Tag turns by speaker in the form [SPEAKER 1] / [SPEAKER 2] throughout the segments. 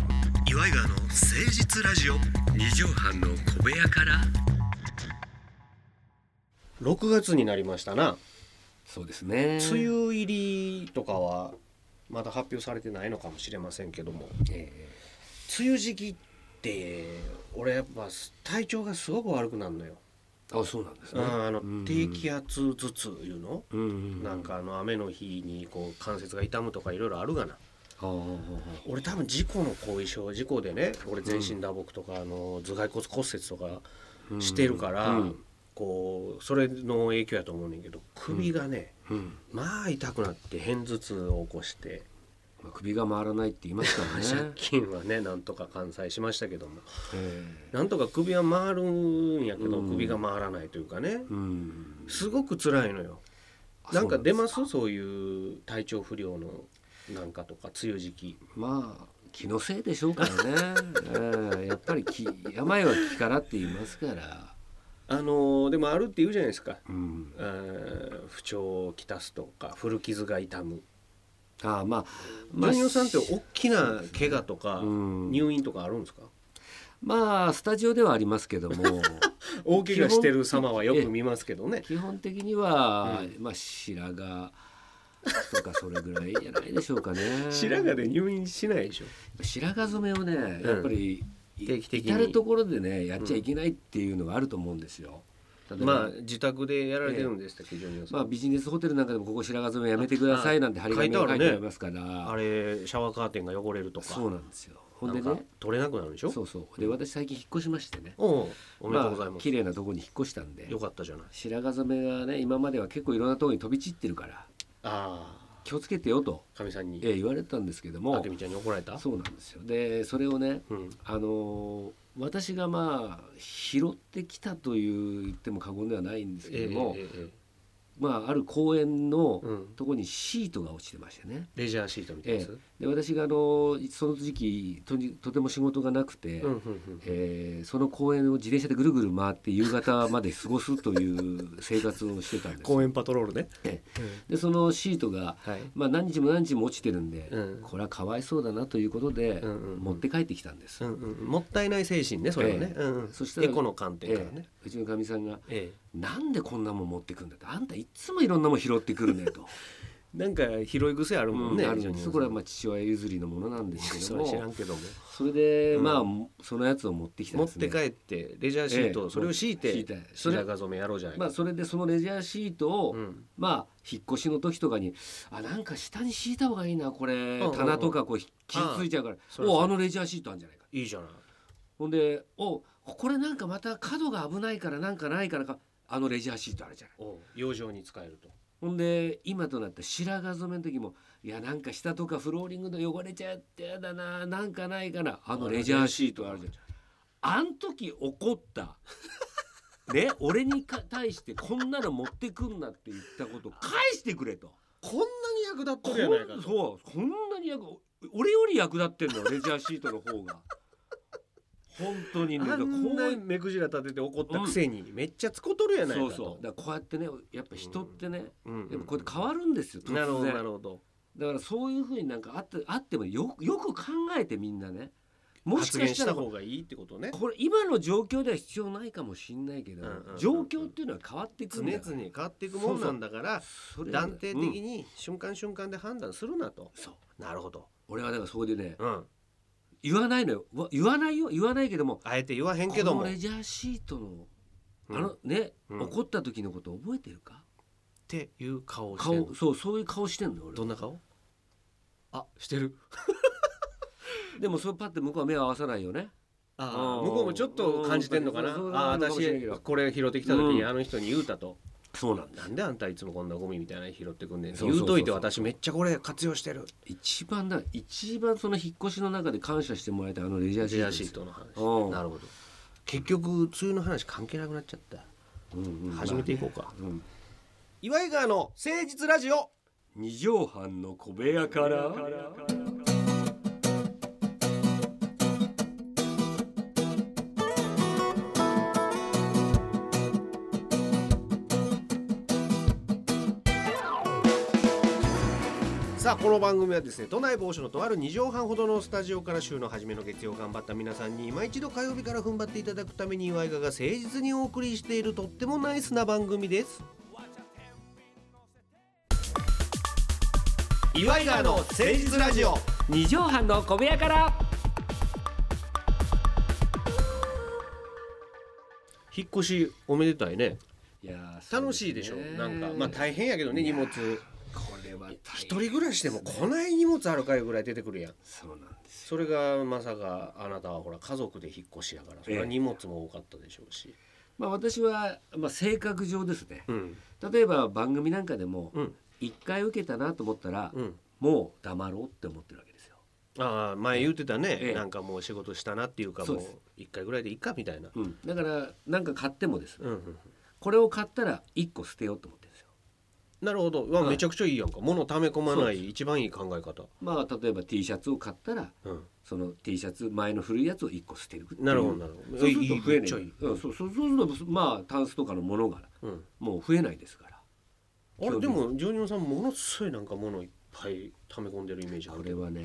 [SPEAKER 1] イガーの誠実ラジオ
[SPEAKER 2] 二畳半の小部屋から
[SPEAKER 3] 6月になりましたな
[SPEAKER 2] そうですね
[SPEAKER 3] 梅雨入りとかはまだ発表されてないのかもしれませんけども
[SPEAKER 2] え
[SPEAKER 3] 梅雨時期って俺やっぱ体調がすごく悪くなるのよ、
[SPEAKER 2] ーあそうなんですね
[SPEAKER 3] あーあの
[SPEAKER 2] うん
[SPEAKER 3] 低気圧頭痛いうの、
[SPEAKER 2] うんうん
[SPEAKER 3] なんかあの雨の日にこう関節が痛むとかいろいろあるがな
[SPEAKER 2] あー
[SPEAKER 3] 俺多分事故の後遺症事故でね俺全身打撲とかあの頭蓋骨骨折とか
[SPEAKER 2] うん
[SPEAKER 3] してるから、
[SPEAKER 2] うん
[SPEAKER 3] こうそれの影響やと思うねんけど首がね、
[SPEAKER 2] うん
[SPEAKER 3] まあ痛くなって片頭痛を起こして、
[SPEAKER 2] まあ、首が回らないって言います から
[SPEAKER 3] 借、
[SPEAKER 2] ね
[SPEAKER 3] 金はねなんとか完済しましたけども
[SPEAKER 2] え
[SPEAKER 3] なんとか首は回るんやけど
[SPEAKER 2] うん
[SPEAKER 3] 首が回らないというかね
[SPEAKER 2] ーうん
[SPEAKER 3] すごく辛いのよ
[SPEAKER 2] あ
[SPEAKER 3] なんか
[SPEAKER 2] そう
[SPEAKER 3] 出ますそういう体調不良のなんかとか梅雨時期
[SPEAKER 2] まあ気のせいでしょうからね、 えーやっぱり気病は気からって言いますから、
[SPEAKER 3] あのーでもあるって言うじゃないですか
[SPEAKER 2] うん、
[SPEAKER 3] あー不調をきたすとか古傷が痛む
[SPEAKER 2] ああまあまあ
[SPEAKER 3] 万葉さんって大きな怪我とか
[SPEAKER 2] うん
[SPEAKER 3] 入院とかあるんですか
[SPEAKER 2] まあスタジオではありますけども
[SPEAKER 3] 大怪我してる様はよく見ますけどね
[SPEAKER 2] 基本的には、
[SPEAKER 3] う
[SPEAKER 2] まあ白髪とかそれぐらいじゃないでしょうかね
[SPEAKER 3] 白髪で入院しないでしょ
[SPEAKER 2] 白髪染めをね
[SPEAKER 3] うん
[SPEAKER 2] やっぱり、
[SPEAKER 3] 定期的に
[SPEAKER 2] 至る所でねやっちゃいけないっていうのはあると思うんですよ。例えば
[SPEAKER 3] まあ自宅でやられてるんでしたっけ、ジョニオさん
[SPEAKER 2] まあ、ビジネスホテルなんかでもここ白髪染めやめてくださいなんて張り紙が
[SPEAKER 3] あ
[SPEAKER 2] 書
[SPEAKER 3] あ
[SPEAKER 2] い
[SPEAKER 3] 書いてあるね
[SPEAKER 2] てありますから、
[SPEAKER 3] あれシャワーカーテンが汚れるとか
[SPEAKER 2] そうなんですよほん
[SPEAKER 3] な
[SPEAKER 2] で
[SPEAKER 3] んか
[SPEAKER 2] ね
[SPEAKER 3] 取れなくなるでしょ
[SPEAKER 2] そうそうで私最近引っ越しましてね
[SPEAKER 3] おうおめでとうござい
[SPEAKER 2] ま
[SPEAKER 3] ま
[SPEAKER 2] あ
[SPEAKER 3] す、
[SPEAKER 2] 綺麗なとこに引っ越したんで
[SPEAKER 3] よかったじゃない
[SPEAKER 2] 白髪染めがね今までは結構いろんなとこに飛び散ってるから
[SPEAKER 3] あ
[SPEAKER 2] 気をつけてよと、
[SPEAKER 3] あかみさんに
[SPEAKER 2] えー言われたんですけど
[SPEAKER 3] あ
[SPEAKER 2] も
[SPEAKER 3] けみちゃんに怒られた
[SPEAKER 2] そうなんですよでそれをね
[SPEAKER 3] うん
[SPEAKER 2] あのー私がまあ拾ってきたという言っても過言ではないんです
[SPEAKER 3] ええ
[SPEAKER 2] けども、
[SPEAKER 3] えええ
[SPEAKER 2] まあある公園の
[SPEAKER 3] えうん
[SPEAKER 2] とこにシートが落ちてましてね、
[SPEAKER 3] レジャーシートみたいなやつ、
[SPEAKER 2] で私があのその時期とにとても仕事がなくて、
[SPEAKER 3] うんうんうん
[SPEAKER 2] えーその公園を自転車でぐるぐる回って夕方まで過ごすという生活をしてたんですよ
[SPEAKER 3] 公園パトロールね、
[SPEAKER 2] え
[SPEAKER 3] うん
[SPEAKER 2] でそのシートが、
[SPEAKER 3] はい
[SPEAKER 2] まあ、何日も何日も落ちてるんで、
[SPEAKER 3] うん
[SPEAKER 2] これはかわいそうだなということで、
[SPEAKER 3] うんうんうん
[SPEAKER 2] 持って帰ってきたんです、
[SPEAKER 3] うんうん、もったいない精神ねそれはね、
[SPEAKER 2] ええ
[SPEAKER 3] うんうん、
[SPEAKER 2] そしたら
[SPEAKER 3] エコの観点から
[SPEAKER 2] え
[SPEAKER 3] ね、
[SPEAKER 2] えうちのかみさんが
[SPEAKER 3] え
[SPEAKER 2] 「なんでこんなもん持ってくんだ」って「あんたいつもいろんなもん拾ってくるね」 と。
[SPEAKER 3] えなんか拾い癖あるもんね、
[SPEAKER 2] うんある
[SPEAKER 3] ジョ
[SPEAKER 2] ん
[SPEAKER 3] ニオ
[SPEAKER 2] です
[SPEAKER 3] さん
[SPEAKER 2] これはまあ父親譲りのものなんですけ
[SPEAKER 3] そ
[SPEAKER 2] ど
[SPEAKER 3] れは
[SPEAKER 2] も
[SPEAKER 3] 知
[SPEAKER 2] そ
[SPEAKER 3] らんけども
[SPEAKER 2] れで、
[SPEAKER 3] うん
[SPEAKER 2] まあそのやつを持ってきたん
[SPEAKER 3] 持
[SPEAKER 2] で
[SPEAKER 3] っ
[SPEAKER 2] すね
[SPEAKER 3] て帰ってレジャーシート、
[SPEAKER 2] ええ
[SPEAKER 3] それを敷い
[SPEAKER 2] 敷
[SPEAKER 3] て
[SPEAKER 2] いてそれ
[SPEAKER 3] 白髪染めやろうじゃないか、
[SPEAKER 2] まあ、それでそのレジャーシートを、
[SPEAKER 3] うん、
[SPEAKER 2] まあ引っ越しの時とかにあなんか下に敷いた方がいいなこれ、
[SPEAKER 3] うんうん
[SPEAKER 2] 棚とかこうひ傷ついちゃうから
[SPEAKER 3] そりゃそう
[SPEAKER 2] おあのレジャーシートあるんじゃないか
[SPEAKER 3] いいじゃない
[SPEAKER 2] ほんでおこれなんかまた角が危ないからなんかないからかあのレジャーシートあるじゃない
[SPEAKER 3] おう養生に使えると
[SPEAKER 2] ほんで今となって白髪染めの時もいやなんか下とかフローリングの汚れちゃってやだななんかないかなあのレジャーシートあるじゃんあん時 怒った。ね、俺にか対してこんなの持ってくんなって言ったこと返してくれと。
[SPEAKER 3] こんなに役立っ
[SPEAKER 2] こ
[SPEAKER 3] と
[SPEAKER 2] ん
[SPEAKER 3] るやないかと
[SPEAKER 2] そうこんなに役俺より役立ってんのよレジャーシートの方が。本当に
[SPEAKER 3] あ
[SPEAKER 2] ね。だからこ
[SPEAKER 3] んな
[SPEAKER 2] う
[SPEAKER 3] 目くじら立てて怒ったくせに、めっちゃつことるやないか
[SPEAKER 2] そ
[SPEAKER 3] と
[SPEAKER 2] うそうだからこうやってねやっぱ人ってね、
[SPEAKER 3] うんうん
[SPEAKER 2] やっぱこうやって変わるんですよ突然
[SPEAKER 3] なるほどなるほど
[SPEAKER 2] だからそういうふうになんかあってあってもよくよく考えてみんなねもし
[SPEAKER 3] 発
[SPEAKER 2] か
[SPEAKER 3] 言
[SPEAKER 2] し
[SPEAKER 3] した
[SPEAKER 2] ら
[SPEAKER 3] た
[SPEAKER 2] これ
[SPEAKER 3] 方がいいってことね
[SPEAKER 2] これ今の状況では必要ないかもしんないけど、
[SPEAKER 3] うんうんうんうん
[SPEAKER 2] 状況っていうのは変わっていく
[SPEAKER 3] 常
[SPEAKER 2] んだ
[SPEAKER 3] 々変わっていくもんなんだから
[SPEAKER 2] それはね
[SPEAKER 3] 断定的
[SPEAKER 2] うん
[SPEAKER 3] に瞬間瞬間で判断するなと、
[SPEAKER 2] そう
[SPEAKER 3] なるほど、
[SPEAKER 2] 俺はだからそこでね
[SPEAKER 3] うん、
[SPEAKER 2] 言わないのよわ言わないよ言わないけども
[SPEAKER 3] あえて言わへんけども
[SPEAKER 2] このレジャーシートの
[SPEAKER 3] うん
[SPEAKER 2] あのね、
[SPEAKER 3] うん
[SPEAKER 2] 怒った時のこと覚えてるか
[SPEAKER 3] っていう顔をしてんの
[SPEAKER 2] 顔そうそういう顔してんのよ
[SPEAKER 3] ど
[SPEAKER 2] 俺
[SPEAKER 3] んな顔あしてる
[SPEAKER 2] でもそうパッて向こうは目を合わさないよね
[SPEAKER 3] あ
[SPEAKER 2] う
[SPEAKER 3] あ
[SPEAKER 2] ん
[SPEAKER 3] 向こうもちょっと感じてんのかな、
[SPEAKER 2] うん
[SPEAKER 3] ああ
[SPEAKER 2] そうそうそうそうかもしれ
[SPEAKER 3] 私
[SPEAKER 2] んけど
[SPEAKER 3] これ拾ってきた時に、
[SPEAKER 2] うん
[SPEAKER 3] あの人に言うたと
[SPEAKER 2] そうなんだ
[SPEAKER 3] なんであんたいつもこんなゴミみたいなの拾ってくんねん
[SPEAKER 2] そうそう
[SPEAKER 3] 言
[SPEAKER 2] そう
[SPEAKER 3] うといて私めっちゃこれ活用してる
[SPEAKER 2] 一番だ一番その引っ越しの中で感謝してもらいたいあのレジャーシ
[SPEAKER 3] ジェ
[SPEAKER 2] ート
[SPEAKER 3] ア
[SPEAKER 2] で
[SPEAKER 3] シ
[SPEAKER 2] す
[SPEAKER 3] ートの話
[SPEAKER 2] うん
[SPEAKER 3] なるほど結局梅雨の話関係なくなっちゃった
[SPEAKER 2] うんうん
[SPEAKER 3] 始めていこうか、
[SPEAKER 2] うん
[SPEAKER 3] 岩井川の誠実ラジオ
[SPEAKER 2] 二畳半の小部屋から
[SPEAKER 3] さあこの番組はですね都内某所のとある2畳半ほどのスタジオから週の初めの月曜頑張った皆さんに今一度火曜日から踏ん張っていただくために岩井川が誠実にお送りしているとってもナイスな番組です岩井川の誠実ラジオ
[SPEAKER 2] 二畳半の小部屋から
[SPEAKER 3] 引っ越しおめでたいね
[SPEAKER 2] いやー
[SPEAKER 3] 楽しいでしょなんかまあ大変やけどね荷物
[SPEAKER 2] これは
[SPEAKER 3] 一人暮らしでもこない荷物あるかいぐらい出てくるやん
[SPEAKER 2] そうなんです
[SPEAKER 3] それがまさかあなたはほら家族で引っ越しやからそれは荷物も多かったでしょうし、
[SPEAKER 2] まあ私は、まあ、性格上ですね
[SPEAKER 3] うん
[SPEAKER 2] 例えば番組なんかでも
[SPEAKER 3] うん
[SPEAKER 2] 一回受けたなと思ったら、
[SPEAKER 3] うん
[SPEAKER 2] もう黙ろうって思ってるわけですよ、
[SPEAKER 3] ああ前言ってたね、
[SPEAKER 2] ええ
[SPEAKER 3] なんかもう仕事したなっていうか
[SPEAKER 2] そ
[SPEAKER 3] も
[SPEAKER 2] う
[SPEAKER 3] う
[SPEAKER 2] です
[SPEAKER 3] 1回ぐらいでいいかみたいな、
[SPEAKER 2] うん、だから何か買ってもです
[SPEAKER 3] うんうん、
[SPEAKER 2] これを買ったら一個捨てようと思ってるんですよ
[SPEAKER 3] なるほどうわ
[SPEAKER 2] はい
[SPEAKER 3] めちゃくちゃいいやんか物を溜め込ま
[SPEAKER 2] そう
[SPEAKER 3] な
[SPEAKER 2] で
[SPEAKER 3] い一番いい考え方、
[SPEAKER 2] まあ例えば T シャツを買ったら
[SPEAKER 3] うん、
[SPEAKER 2] その T シャツ前の古いやつを一個捨てるっていう
[SPEAKER 3] なるほどなるほど
[SPEAKER 2] そうすると増え
[SPEAKER 3] めっちゃ
[SPEAKER 2] ないい
[SPEAKER 3] い、
[SPEAKER 2] うん、そうそうそうするとまあタンスとかのものが
[SPEAKER 3] うん、
[SPEAKER 2] もう増えないですから
[SPEAKER 3] あれでもジョニオさんものすごいなんか物いっぱい溜め込んでるイメージあ
[SPEAKER 2] こ
[SPEAKER 3] る
[SPEAKER 2] れはね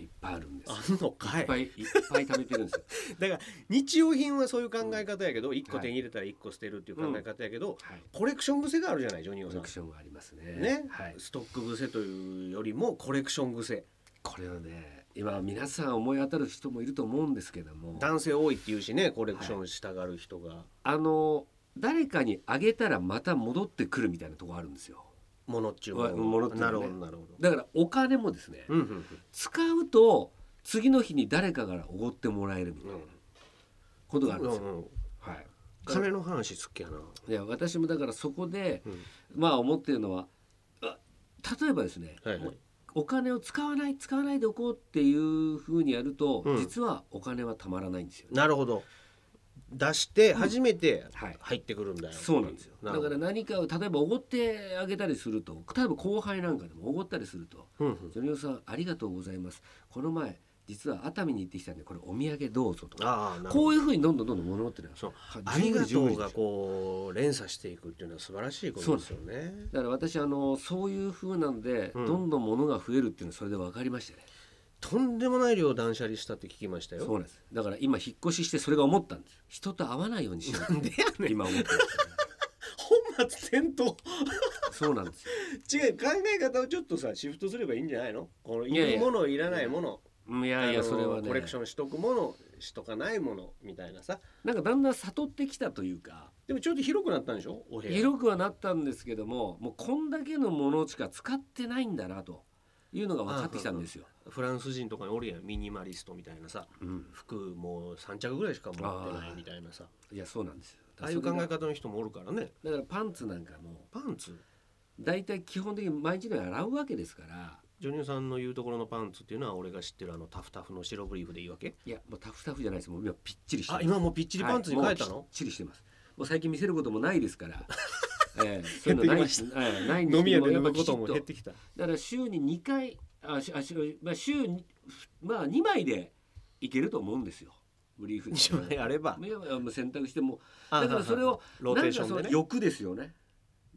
[SPEAKER 2] いっぱいあるんですよ
[SPEAKER 3] あんのか
[SPEAKER 2] いっぱ
[SPEAKER 3] い
[SPEAKER 2] いいっぱい食べてるんですよ
[SPEAKER 3] だから日用品はそういう考え方やけど1個手に入れたら1個捨てるっていう考え方やけど、
[SPEAKER 2] はい
[SPEAKER 3] コレクション癖があるじゃないジョニオ
[SPEAKER 2] コ
[SPEAKER 3] さ
[SPEAKER 2] レ
[SPEAKER 3] ん
[SPEAKER 2] クションがありますね
[SPEAKER 3] ね、
[SPEAKER 2] はい、
[SPEAKER 3] ストック癖というよりもコレクション癖
[SPEAKER 2] これはね今皆さん思い当たる人もいると思うんですけども
[SPEAKER 3] 男性多いっていうしねコレクションしたがる人が
[SPEAKER 2] あの誰かにあげたらまた戻ってくるみたいなとこあるんですよ
[SPEAKER 3] ものっちゅう
[SPEAKER 2] わものっちゅう
[SPEAKER 3] な
[SPEAKER 2] も
[SPEAKER 3] るほ
[SPEAKER 2] のね
[SPEAKER 3] どなるほど
[SPEAKER 2] だからお金もですね、
[SPEAKER 3] うんうん
[SPEAKER 2] 使うと次の日に誰かからおごってもらえるみたいなことがあるん
[SPEAKER 3] う
[SPEAKER 2] ですよ、
[SPEAKER 3] んうん
[SPEAKER 2] はい
[SPEAKER 3] 金の話好きやな
[SPEAKER 2] で私もだからそこで、
[SPEAKER 3] うん
[SPEAKER 2] まあ思ってるのはあ例えばですね、
[SPEAKER 3] はいはい
[SPEAKER 2] お金を使わない使わないでおこうっていうふうにやると、
[SPEAKER 3] うん
[SPEAKER 2] 実はお金はたまらないんですよね。
[SPEAKER 3] なるほど出して初めて
[SPEAKER 2] はい
[SPEAKER 3] 入ってくるんだよ
[SPEAKER 2] そうなんですよだ
[SPEAKER 3] るほ
[SPEAKER 2] か
[SPEAKER 3] ど
[SPEAKER 2] ら何かを例えばおごってあげたりすると例えば後輩なんかでもおごったりすると
[SPEAKER 3] うんう
[SPEAKER 2] 「
[SPEAKER 3] ん
[SPEAKER 2] ジョニオさんありがとうございますこの前実は熱海に行ってきたんでこれお土産どうぞ」とか
[SPEAKER 3] ああなる
[SPEAKER 2] こ
[SPEAKER 3] ほど
[SPEAKER 2] ういうふうにどんどんどんどん物持ってる
[SPEAKER 3] そう
[SPEAKER 2] は
[SPEAKER 3] ありがとう
[SPEAKER 2] 順繰順繰
[SPEAKER 3] がこう連鎖していくっていうのは素晴らしいことですよね
[SPEAKER 2] だから私あのそういうふうなんで、
[SPEAKER 3] うん
[SPEAKER 2] どんどん物が増えるっていうのはそれで分かりましたね
[SPEAKER 3] とんでもない量断捨離したって聞きました
[SPEAKER 2] そう
[SPEAKER 3] よ
[SPEAKER 2] なんですだから今引っ越ししてそれが思ったんです人と会わないようにしよ う
[SPEAKER 3] なんでやねん
[SPEAKER 2] 今思ってます、ね、
[SPEAKER 3] 本末転倒
[SPEAKER 2] そうなんですよ
[SPEAKER 3] 違う考え方をちょっとさシフトすればいいんじゃないのこのい
[SPEAKER 2] いやい
[SPEAKER 3] る
[SPEAKER 2] や
[SPEAKER 3] ものいらないもの
[SPEAKER 2] いやい
[SPEAKER 3] あ
[SPEAKER 2] や
[SPEAKER 3] の
[SPEAKER 2] それはね
[SPEAKER 3] コレクションしとくものしとかないものみたいなさ
[SPEAKER 2] なんかだんだん悟ってきたというか
[SPEAKER 3] でもちょっと広くなったんでしょお部屋
[SPEAKER 2] 広くはなったんですけどももうこんだけのものしか使ってないんだなというのが分かってきたんですよ。
[SPEAKER 3] フランス人とかにおるやんミニマリストみたいなさ
[SPEAKER 2] うん、
[SPEAKER 3] 服もう3着ぐらいしか持ってないみたいなさ
[SPEAKER 2] いやそうなんですよ
[SPEAKER 3] ああいう考え
[SPEAKER 2] だか
[SPEAKER 3] 方の人もおるからね
[SPEAKER 2] らパンツなんかも
[SPEAKER 3] パンツ
[SPEAKER 2] 大体基本的に毎日のように洗うわけですから
[SPEAKER 3] ジョニオさんの言うところのパンツっていうのは俺が知ってるあのタフタフの白ブリーフでいいわけ
[SPEAKER 2] いやもうタフタフじゃないですもう今ぴっちりして
[SPEAKER 3] あ
[SPEAKER 2] ます
[SPEAKER 3] 今もうピッチリパンツに変えた
[SPEAKER 2] はいもう
[SPEAKER 3] の
[SPEAKER 2] きっちりしてますもう最近見せることもないで すからええそういうの
[SPEAKER 3] 減ってき
[SPEAKER 2] ない
[SPEAKER 3] まし
[SPEAKER 2] ええないんです
[SPEAKER 3] 飲み
[SPEAKER 2] け
[SPEAKER 3] 屋
[SPEAKER 2] ど
[SPEAKER 3] で
[SPEAKER 2] も
[SPEAKER 3] 飲
[SPEAKER 2] や
[SPEAKER 3] む
[SPEAKER 2] っぱき
[SPEAKER 3] こ
[SPEAKER 2] ちっ
[SPEAKER 3] とも
[SPEAKER 2] と
[SPEAKER 3] 減ってき た
[SPEAKER 2] だから週に2回あしあしまあ週にまあ2枚でいけると思うんですよブリーフで
[SPEAKER 3] 一枚あれば
[SPEAKER 2] いやいやもう選択しても
[SPEAKER 3] あ
[SPEAKER 2] だからそれを
[SPEAKER 3] ローテーション
[SPEAKER 2] なん
[SPEAKER 3] で
[SPEAKER 2] か
[SPEAKER 3] ね
[SPEAKER 2] その欲ですよね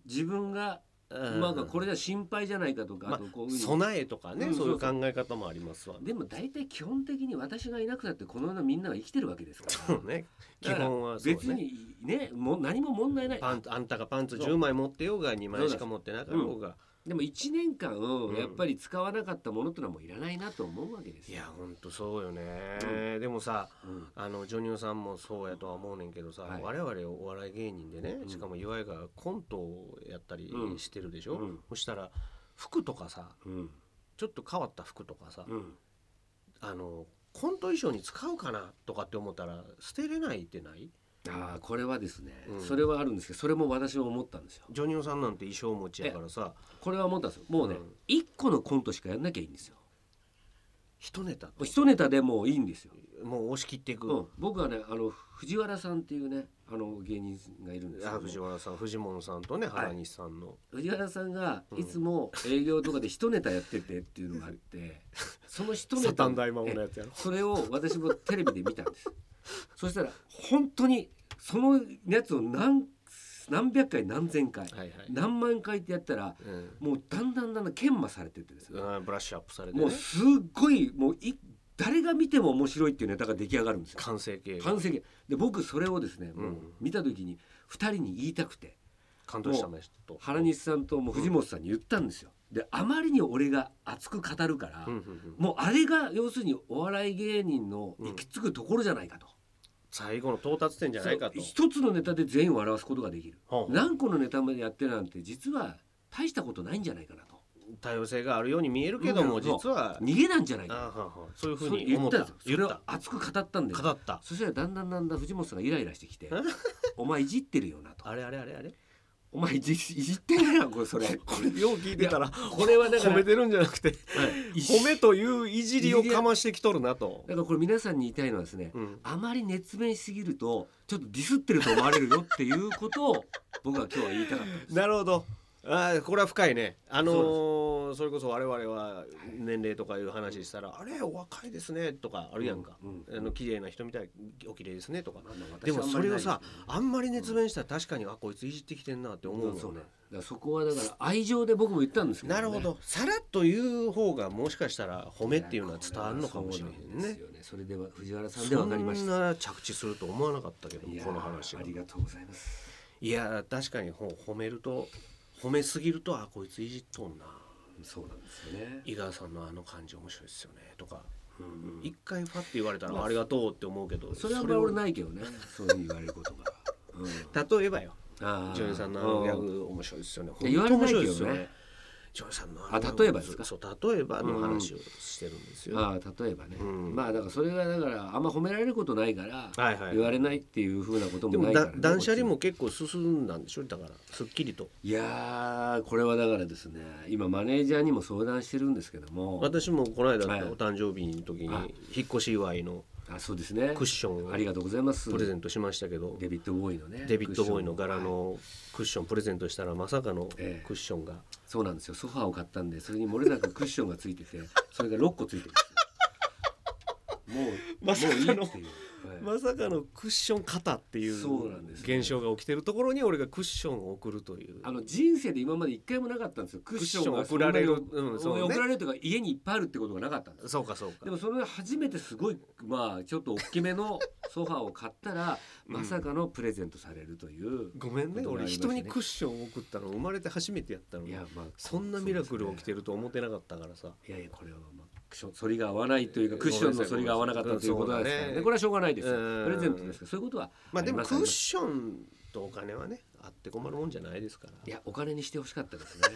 [SPEAKER 2] 自分が
[SPEAKER 3] うん
[SPEAKER 2] まあこれじゃ心配じゃないかとか
[SPEAKER 3] ま
[SPEAKER 2] あ
[SPEAKER 3] あ
[SPEAKER 2] とこういうふうに
[SPEAKER 3] 備えとかね、
[SPEAKER 2] うん
[SPEAKER 3] そういう
[SPEAKER 2] そう
[SPEAKER 3] 考え方もありますわね。
[SPEAKER 2] でも大体基本的に私がいなくたってこの世のみんなが生きてるわけですから
[SPEAKER 3] そうね基本はそう、ね、
[SPEAKER 2] 別にねもう何も問題ない
[SPEAKER 3] パンツあんたがパンツ
[SPEAKER 2] そう
[SPEAKER 3] 10枚持ってようが2枚しか持ってなかろうが、
[SPEAKER 2] でも1年間
[SPEAKER 3] ん
[SPEAKER 2] やっぱり使わなかったものってのはもういらないなと思うわけです
[SPEAKER 3] い
[SPEAKER 2] よ
[SPEAKER 3] やほんとそうよね、でもさ
[SPEAKER 2] うん
[SPEAKER 3] あのジョニオさんもそうやとは思うねんけどさ、
[SPEAKER 2] はい
[SPEAKER 3] 我々お笑い芸人でね、
[SPEAKER 2] ん
[SPEAKER 3] しかも岩井がコントをやったり
[SPEAKER 2] うん
[SPEAKER 3] してるでしょ、
[SPEAKER 2] うん
[SPEAKER 3] そしたら服とかさ
[SPEAKER 2] うん
[SPEAKER 3] ちょっと変わった服とかさ、
[SPEAKER 2] うん
[SPEAKER 3] あのコント衣装に使うかなとかって思ったら捨てれないってない
[SPEAKER 2] ああこれはですね、
[SPEAKER 3] うん
[SPEAKER 2] それはあるんですけどそれも私も思ったんですよ
[SPEAKER 3] ジョニオさんなんて衣装持ちやからさ
[SPEAKER 2] これは思ったんですよもうね、
[SPEAKER 3] うん
[SPEAKER 2] 一1個のコントしかやんなきゃいいんですよ
[SPEAKER 3] 一ネタって
[SPEAKER 2] 一ネタでもういいんですよ、
[SPEAKER 3] もう押し切っていく、
[SPEAKER 2] うん、僕はねあの藤原さんっていうねあの芸人がいるんですけ
[SPEAKER 3] あ
[SPEAKER 2] ど
[SPEAKER 3] 藤原さん藤本さんとね
[SPEAKER 2] はい
[SPEAKER 3] 原西さんの、
[SPEAKER 2] 藤原さんが
[SPEAKER 3] うん
[SPEAKER 2] いつも営業とかで一ネタやっててっていうのがあってその一ネタ
[SPEAKER 3] やつやろ
[SPEAKER 2] それを私もテ レビで見たんですそしたら本当にそのやつを何何百回何千回、
[SPEAKER 3] はいはい
[SPEAKER 2] 何万回ってやったら
[SPEAKER 3] うん
[SPEAKER 2] もうだんだんだんだん研磨されてってですね、
[SPEAKER 3] うんブラッシュアップされて
[SPEAKER 2] もう
[SPEAKER 3] ね
[SPEAKER 2] すっごいもうい誰が見ても面白いっていうネタが出来上がるんですよ。
[SPEAKER 3] 完成形
[SPEAKER 2] 完成形で僕それをですね、もううん見た時に2人に言いたくて
[SPEAKER 3] 感動したねちょっと
[SPEAKER 2] 原西さんともう藤本さんに言ったんですよ。であまりに俺が熱く語るから、
[SPEAKER 3] うんうんうん
[SPEAKER 2] もうあれが要するにお笑い芸人の行き着くところじゃないかと。
[SPEAKER 3] 最後の到達点じゃないかと
[SPEAKER 2] そう一つのネタで全員笑わすことができる。
[SPEAKER 3] ほうほう
[SPEAKER 2] 何個のネタまでやってなんて実は大したことないんじゃないかなと。
[SPEAKER 3] 多様性があるように見えるけども
[SPEAKER 2] うんそう
[SPEAKER 3] 実は
[SPEAKER 2] 逃げなんじゃない
[SPEAKER 3] あ
[SPEAKER 2] か。
[SPEAKER 3] ははそういうふ
[SPEAKER 2] そうれ
[SPEAKER 3] に
[SPEAKER 2] 言
[SPEAKER 3] 思
[SPEAKER 2] っ
[SPEAKER 3] った
[SPEAKER 2] ん
[SPEAKER 3] た
[SPEAKER 2] ですよ。そ
[SPEAKER 3] 言
[SPEAKER 2] れを
[SPEAKER 3] った
[SPEAKER 2] 熱く語ったんで
[SPEAKER 3] 語った
[SPEAKER 2] そしたらだんだんだんだん藤本さんがイライラしてきて
[SPEAKER 3] え
[SPEAKER 2] 「お前いじってるよな」と
[SPEAKER 3] あれあれあれあれ
[SPEAKER 2] 「お前いじいじってるやんこれそれ」
[SPEAKER 3] これよう聞いてたら
[SPEAKER 2] これはだから
[SPEAKER 3] 褒めてるんじゃなくて
[SPEAKER 2] は い
[SPEAKER 3] 褒めといういじりをかましてきとるなと
[SPEAKER 2] だからこれ皆さんに言いたいのはですね
[SPEAKER 3] うん
[SPEAKER 2] あまり熱弁しすぎるとちょっとディスってると思われるよっていうことを僕は今日は言いたかったんです
[SPEAKER 3] なるほどあーこれは深いねあのーそれこそ我々は年齢とかいう話したら「あれお若いですね」とかあるやんか
[SPEAKER 2] うん
[SPEAKER 3] 「あの綺麗な人みたいお綺麗ですね」とか
[SPEAKER 2] まあまあ私
[SPEAKER 3] でも
[SPEAKER 2] はあん
[SPEAKER 3] そ
[SPEAKER 2] まり
[SPEAKER 3] れを
[SPEAKER 2] ないですけど
[SPEAKER 3] さあんまり熱弁したら確かにあこいついじってきてんなって思う
[SPEAKER 2] そ
[SPEAKER 3] の
[SPEAKER 2] うねだからそこはだから愛情で僕も言ったんですけど、ね、
[SPEAKER 3] なるほどさらっと言う方がもしかしたら褒めっていうのは伝わるのかもしれへん
[SPEAKER 2] そうなん
[SPEAKER 3] ね
[SPEAKER 2] ですよそれでは藤原さんで
[SPEAKER 3] そ
[SPEAKER 2] 分かりまし
[SPEAKER 3] ん
[SPEAKER 2] た
[SPEAKER 3] な着地すると思わなかったけど
[SPEAKER 2] いやー
[SPEAKER 3] この話が
[SPEAKER 2] ありがとうございます
[SPEAKER 3] いやー確かにほ褒めると褒めすぎるとあこいついじっとんな
[SPEAKER 2] そうなんですよね
[SPEAKER 3] 井川さんのあの感じ面白いですよねとか
[SPEAKER 2] うんうん
[SPEAKER 3] 一回ファって言われたらありがとうって思うけど
[SPEAKER 2] それはあんまり俺ないけどねそういうふうに言われることが、うん
[SPEAKER 3] 例えばよ
[SPEAKER 2] あー
[SPEAKER 3] 女優さんのあのギャ
[SPEAKER 2] うん
[SPEAKER 3] グ面白いですよね
[SPEAKER 2] いや
[SPEAKER 3] 本当面白い
[SPEAKER 2] 言
[SPEAKER 3] で
[SPEAKER 2] われ
[SPEAKER 3] すよ
[SPEAKER 2] ないけどね
[SPEAKER 3] ね女優さんの
[SPEAKER 2] あ例えばですか
[SPEAKER 3] そう例えばの話をしてるんですよ
[SPEAKER 2] ああ例えばね、
[SPEAKER 3] うん
[SPEAKER 2] まあだからそれがだからあんま褒められることないから、
[SPEAKER 3] はいはい
[SPEAKER 2] 言われないっていうふうなこと
[SPEAKER 3] で
[SPEAKER 2] もな
[SPEAKER 3] も
[SPEAKER 2] いから
[SPEAKER 3] だ
[SPEAKER 2] ね、
[SPEAKER 3] 断捨離
[SPEAKER 2] こ
[SPEAKER 3] も
[SPEAKER 2] っ
[SPEAKER 3] 結構進んだんでしょだからすっきりと
[SPEAKER 2] ちいやーこれはだからですね今マネージャーにも相談してるんですけども
[SPEAKER 3] 私もこの間
[SPEAKER 2] はい
[SPEAKER 3] お誕生日の時に
[SPEAKER 2] はい
[SPEAKER 3] 引っ越し祝いの
[SPEAKER 2] あそうですね
[SPEAKER 3] クッションを
[SPEAKER 2] ありがとうございます
[SPEAKER 3] プレゼントしましたけど
[SPEAKER 2] デビッド・ボーイのね
[SPEAKER 3] デビッド・ボーイの
[SPEAKER 2] クッション
[SPEAKER 3] 柄のクッションプレゼントしたらまさかのク
[SPEAKER 2] ええ
[SPEAKER 3] ッションが
[SPEAKER 2] そうなんですよソファーを買ったんでそれに漏れなくクッションがついて てそれが6個ついてるんですよもう、
[SPEAKER 3] まさかの
[SPEAKER 2] もういいっていう、はい
[SPEAKER 3] まさかのクッション型ってい
[SPEAKER 2] そうなんですよ
[SPEAKER 3] 現象が起きてるところに俺がクッションを送るという
[SPEAKER 2] あの人生で今まで一回もなかったんですよクッションが
[SPEAKER 3] クッション送られる
[SPEAKER 2] そんな
[SPEAKER 3] う
[SPEAKER 2] に
[SPEAKER 3] んそうね
[SPEAKER 2] 送られるとか家にいっぱいあるってことがなかったんです
[SPEAKER 3] そうかそうか
[SPEAKER 2] でもそれで初めてすごいまあちょっと大き めのソファーを買ったら、
[SPEAKER 3] うん
[SPEAKER 2] まさかのプレゼントされるという
[SPEAKER 3] ごめんね
[SPEAKER 2] ことがあ
[SPEAKER 3] 俺
[SPEAKER 2] りました
[SPEAKER 3] 人
[SPEAKER 2] ね
[SPEAKER 3] にクッションを送ったの生まれて初めてやったの
[SPEAKER 2] いやまあ
[SPEAKER 3] そんなミラクル起きて
[SPEAKER 2] る、
[SPEAKER 3] ると思ってなかったからさ
[SPEAKER 2] いやいやこれはまあクッション反りが合わないというかクッションの反りが合わなかったということなんですから
[SPEAKER 3] そう
[SPEAKER 2] ね
[SPEAKER 3] だね
[SPEAKER 2] これはしょうがないですよ
[SPEAKER 3] うん
[SPEAKER 2] プレゼントですからそういうことは
[SPEAKER 3] まあでも
[SPEAKER 2] り
[SPEAKER 3] ク
[SPEAKER 2] す
[SPEAKER 3] ッションとお金はねあって困るもんじゃないですから
[SPEAKER 2] いやお金にしてほしかったで すね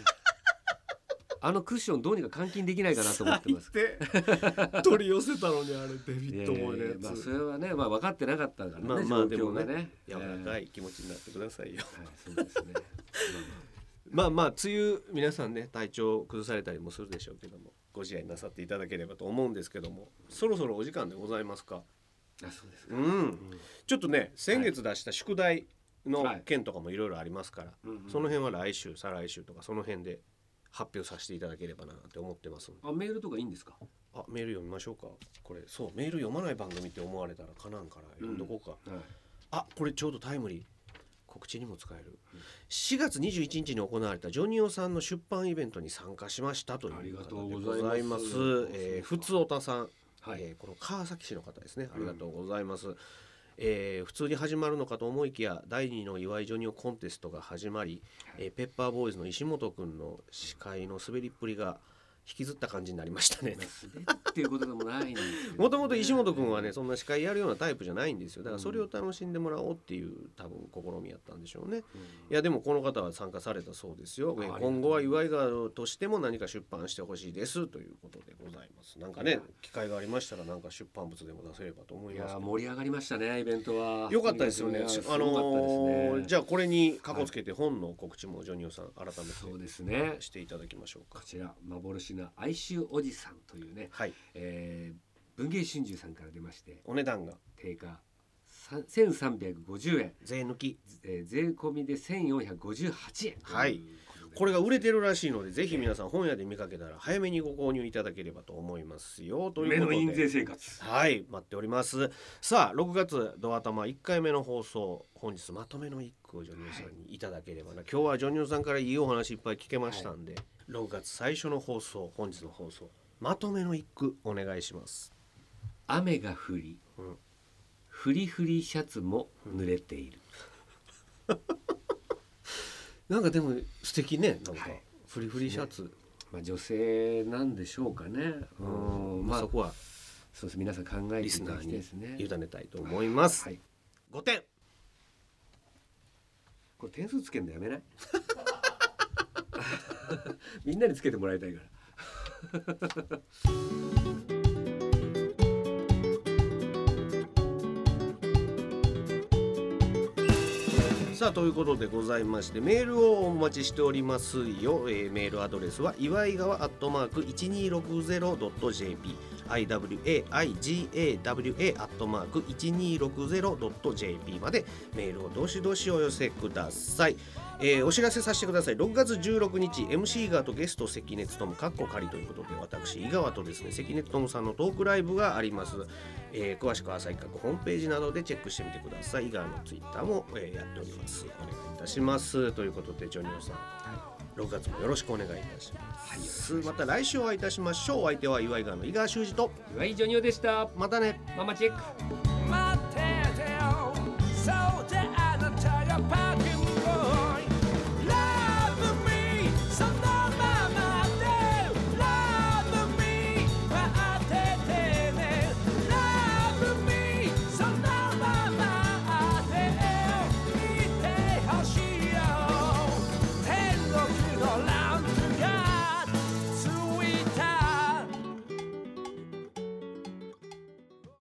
[SPEAKER 2] あのクッションどうにか換金できないかなと思ってます
[SPEAKER 3] 最低 取り寄せたのにあれデビ
[SPEAKER 2] い
[SPEAKER 3] ッ
[SPEAKER 2] や
[SPEAKER 3] ド・
[SPEAKER 2] い
[SPEAKER 3] ボ
[SPEAKER 2] や
[SPEAKER 3] ーイ
[SPEAKER 2] い
[SPEAKER 3] の
[SPEAKER 2] や
[SPEAKER 3] やつ
[SPEAKER 2] まあそれはねまあ分かってなかったからね
[SPEAKER 3] まあまあで
[SPEAKER 2] 状
[SPEAKER 3] も
[SPEAKER 2] 況が
[SPEAKER 3] ね柔らか
[SPEAKER 2] い、
[SPEAKER 3] い気持ちになってくださいよ
[SPEAKER 2] えーはい、そうですね
[SPEAKER 3] まあまあ梅雨皆さんね体調崩されたりもするでしょうけどもご自愛なさっていただければと思うんですけどもそろそろお時間でございますか
[SPEAKER 2] まあまああそうですか
[SPEAKER 3] うん、ちょっとね先月出した宿題の
[SPEAKER 2] はい
[SPEAKER 3] 件とかもいろいろありますから、
[SPEAKER 2] うんうん
[SPEAKER 3] その辺は来週再来週とかその辺で発表させていただければなって思ってますんで
[SPEAKER 2] あメールとかいいんですか
[SPEAKER 3] あメール読みましょうかこれそうメール読まない番組って思われたらかなんから読んどこうか、
[SPEAKER 2] はい
[SPEAKER 3] あこれちょうどタイムリー告知にも使える4月21日に行われたジョニオさんの出版イベントに参加しましたという
[SPEAKER 2] ありがと
[SPEAKER 3] 方
[SPEAKER 2] う
[SPEAKER 3] で
[SPEAKER 2] ご
[SPEAKER 3] ご
[SPEAKER 2] ざい
[SPEAKER 3] ざ
[SPEAKER 2] ます
[SPEAKER 3] いますえー
[SPEAKER 2] そう
[SPEAKER 3] ふ
[SPEAKER 2] です
[SPEAKER 3] つおたさん、
[SPEAKER 2] はい
[SPEAKER 3] えーこの川崎市の方ですねありがとうございます、えー普通に始まるのかと思いきや第2の祝いジョニオコンテストが始まり、えーペッパーボーイズの石本君の司会の滑りっぷりが引きずった感じになりましたね
[SPEAKER 2] まあ滑るっていうことでもないんですけどね
[SPEAKER 3] もともと石本君はねそんな司会やるようなタイプじゃないんですよだからそれを楽しんでもらおうっていう多分試みやったんでしょうねいやでもこの方は参加されたそうですよ
[SPEAKER 2] ありがとう
[SPEAKER 3] 今後は祝い川としても何か出版してほしいですということでございますなんかね機会がありましたらなんか出版物でも出せればと思
[SPEAKER 2] い
[SPEAKER 3] い
[SPEAKER 2] や
[SPEAKER 3] ます
[SPEAKER 2] ー盛り上がりましたねイベントは
[SPEAKER 3] よかったですよね
[SPEAKER 2] いやすごか
[SPEAKER 3] あ
[SPEAKER 2] ったですね
[SPEAKER 3] のーじゃあこれに過去つけて本の告知もジョニオさん改め
[SPEAKER 2] そう
[SPEAKER 3] て
[SPEAKER 2] ですね
[SPEAKER 3] していただきましょう
[SPEAKER 2] こ
[SPEAKER 3] か
[SPEAKER 2] ちら幻の哀愁おじさんというね、
[SPEAKER 3] はい
[SPEAKER 2] えー文藝春秋さんから出まして
[SPEAKER 3] お値段が
[SPEAKER 2] 定価さ1350円、
[SPEAKER 3] 税抜き
[SPEAKER 2] えー税込みで1458円
[SPEAKER 3] はい
[SPEAKER 2] ということで
[SPEAKER 3] これが売れてるらしいのでぜひ皆さん本屋で見かけたら早めにご購入いただければと思いますよとい
[SPEAKER 2] 目
[SPEAKER 3] うこ
[SPEAKER 2] の
[SPEAKER 3] とで
[SPEAKER 2] 印税生活
[SPEAKER 3] はい待っておりますさあ6月ドア玉1回目の放送本日まとめの一句をジョニオさんにいただければな、今日はジョニオさんからいいお話いっぱい聞けましたんで、6月最初の放送本日の放送まとめの一句お願いします
[SPEAKER 2] 雨が降り、
[SPEAKER 3] うん
[SPEAKER 2] フリフリシャツも濡れている、
[SPEAKER 3] なんかでも素敵ねなんか、
[SPEAKER 2] はい
[SPEAKER 3] フリフリシャツ、
[SPEAKER 2] まあ女性なんでしょうかねうん、
[SPEAKER 3] ま
[SPEAKER 2] ま
[SPEAKER 3] あ、そ
[SPEAKER 2] あそう
[SPEAKER 3] こは
[SPEAKER 2] です皆さん考えて
[SPEAKER 3] リ
[SPEAKER 2] い
[SPEAKER 3] スナ
[SPEAKER 2] ただ
[SPEAKER 3] ー
[SPEAKER 2] きたい
[SPEAKER 3] に
[SPEAKER 2] ですね
[SPEAKER 3] 委ねたいと思います、
[SPEAKER 2] はい
[SPEAKER 3] 5点
[SPEAKER 2] これ点数つけるのやめない みんなにつけてもらいたいから
[SPEAKER 3] さあということでございましてメールをお待ちしておりますよ、えーメールアドレスは祝い川アットマーク 1260.jp iwaigawa アットマーク 1260.jp までメールをどしどしお寄せください、えーお知らせさせてください6月16日 MC ガーとゲスト関根勤かっこ仮ということで私井川とですね関根勤さんのトークライブがありますえー詳しくは朝一角ホームページなどでチェックしてみてください。以外のツイッターも、えーやっております。お願いいたします。ということで、ジョニオさん、6月もよろしくお願いいたします。また来週お会いいたしましょう。お相手は岩井川の井川修司と、
[SPEAKER 2] 岩井ジョニオでした
[SPEAKER 3] またね。
[SPEAKER 2] ママチェック